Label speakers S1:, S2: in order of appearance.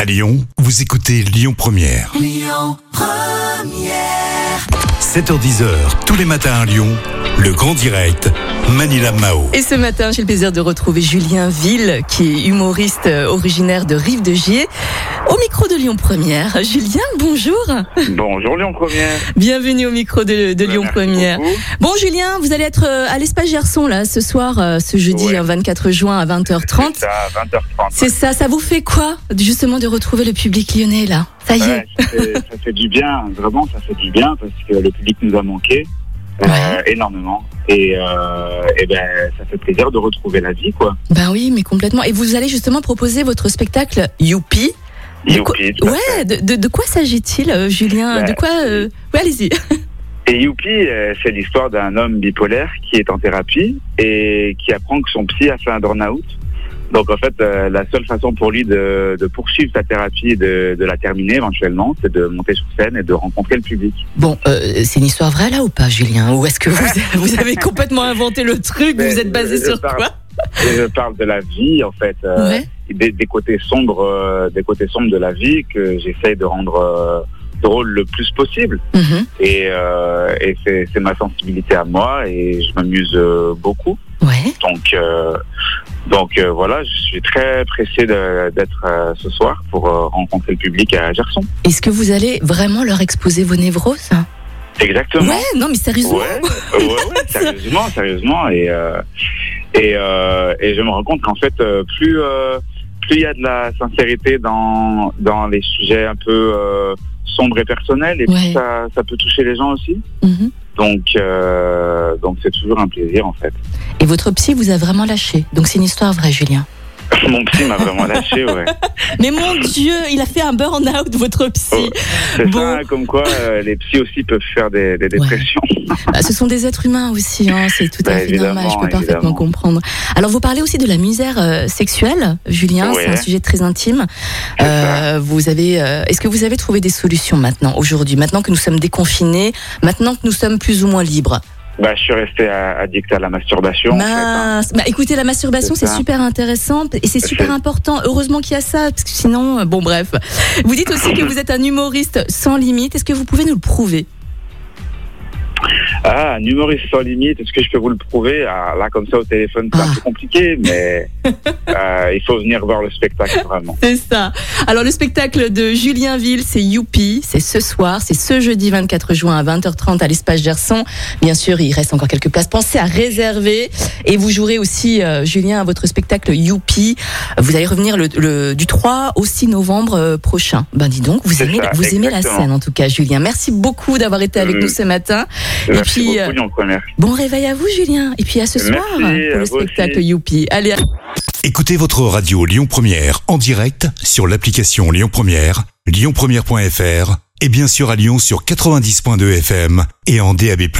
S1: À Lyon, vous écoutez Lyon Première. Lyon Première. 7h10h, tous les matins à Lyon, le grand direct, Manila Mao.
S2: Et ce matin, j'ai le plaisir de retrouver Julien Ville, qui est humoriste euh, originaire de Rive de Gier, au micro de Lyon Première. Julien, bonjour.
S3: Bonjour Lyon Première.
S2: Bienvenue au micro de, de Lyon
S3: Bah, Merci
S2: Première.
S3: beaucoup.
S2: Bon, Julien, vous allez être euh, à l'espace Gerson là ce soir, euh, ce jeudi
S3: Ouais.
S2: hein, 24 juin à 20h30.
S3: C'est à 20h30.
S2: C'est ça. Ça vous fait quoi justement de retrouver le public lyonnais là Ça y est.
S3: Ouais, ça, fait, ça fait du bien, vraiment, ça fait du bien parce que le public nous a manqué euh, énormément. Et, euh, et ben, ça fait plaisir de retrouver la vie, quoi.
S2: Ben oui, mais complètement. Et vous allez justement proposer votre spectacle Youpi. De quoi-
S3: Youpi, tout à fait.
S2: Ouais, de, de, de quoi s'agit-il, euh, Julien
S3: Ben,
S2: De quoi euh, Ouais, allez-y.
S3: Et Youpi, euh, c'est l'histoire d'un homme bipolaire qui est en thérapie et qui apprend que son psy a fait un burn-out. Donc en fait, euh, la seule façon pour lui de, de poursuivre sa thérapie et de, de la terminer éventuellement, c'est de monter sur scène et de rencontrer le public.
S2: Bon, euh, c'est une histoire vraie là ou pas, Julien Ou est-ce que vous, vous avez complètement inventé le truc
S3: Mais
S2: Vous êtes basé
S3: je
S2: sur
S3: parle-
S2: quoi
S3: Et je parle de la vie, en fait. euh,
S2: Ouais.
S3: des, des côtés sombres euh, des côtés sombres de la vie que j'essaye de rendre euh, drôle le plus possible
S2: Mhm.
S3: et, euh, et c'est, c'est ma sensibilité à moi et je m'amuse euh, beaucoup
S2: Ouais.
S3: donc euh, donc euh, voilà je suis très pressé de- d'être euh, ce soir pour euh, rencontrer le public à Gerson
S2: Est-ce que vous allez vraiment leur exposer vos névroses
S3: exactement
S2: Ouais, non, mais sérieusement.
S3: Ouais, Ah ouais, ouais, sérieusement, sérieusement. Et, euh, et, euh, et je me rends compte qu'en fait, euh, plus euh, plus il y a de la sincérité dans, dans les sujets un peu euh, sombres et personnels, et
S2: Ouais.
S3: plus ça, ça peut toucher les gens aussi.
S2: Mhm.
S3: Donc, euh, donc c'est toujours un plaisir en fait.
S2: Et votre psy vous a vraiment lâché. Donc c'est une histoire vraie, Julien.
S3: Mon psy m'a vraiment lâché, ouais.
S2: Mais mon Dieu, il a fait un burn-out, votre psy.
S3: Ouais. C'est
S2: Bon.
S3: ça, comme quoi euh, les psys aussi peuvent faire des, des dépressions.
S2: Bah, ce sont des êtres humains aussi, hein, c'est tout à
S3: Bah,
S2: fait normal, je peux
S3: évidemment,
S2: parfaitement
S3: évidemment.
S2: comprendre. Alors vous parlez aussi de la misère euh, sexuelle, Julien, c'est
S3: Ouais.
S2: un sujet très intime.
S3: C'est
S2: Euh, vous avez, euh, est-ce que vous avez trouvé des solutions maintenant, aujourd'hui, maintenant que nous sommes déconfinés, maintenant que nous sommes plus ou moins libres
S3: Bah, je suis resté à- addict à la masturbation. en fait, hein.
S2: Mince. Bah, écoutez, la masturbation
S3: C'est
S2: c'est
S3: ça.
S2: super intéressant et c'est super
S3: C'est-
S2: important. Heureusement qu'il y a ça, parce que sinon, euh, bon bref. Vous dites aussi que vous êtes un humoriste sans limite. Est-ce que vous pouvez nous le prouver
S3: Ah, un humoriste sans limite, est-ce que je peux vous le prouver Ah, Là, comme ça, au téléphone, c'est
S2: Ah.
S3: un peu compliqué, mais euh, il faut venir voir le spectacle, vraiment.
S2: C'est ça. Alors le spectacle de Julien Ville, c'est Youpi, c'est ce soir, c'est ce jeudi 24 juin à 20h30 à l'espace Gerson. Bien sûr, il reste encore quelques places. Pensez à réserver et vous jouerez aussi euh, Julien à votre spectacle Youpi. Vous allez revenir le, le- du 3 au 6 novembre euh, prochain. Ben dis donc, vous
S3: C'est
S2: aimez
S3: ça,
S2: vous aimez la
S3: exactement.
S2: scène en tout cas Julien. Merci beaucoup d'avoir été avec
S3: Euh,
S2: nous ce matin. Et
S3: Merci
S2: puis, euh,
S3: beaucoup, Lyon Première.
S2: Bon réveil à vous Julien et puis à ce
S3: Merci,
S2: soir
S3: à
S2: pour le
S3: vous aussi.
S2: spectacle Youpi. Allez. à-
S1: Écoutez votre radio Lyon Première en direct sur l'application Lyon Première, lyonpremière.fr et bien sûr à Lyon sur 90.2 FM et en DAB+.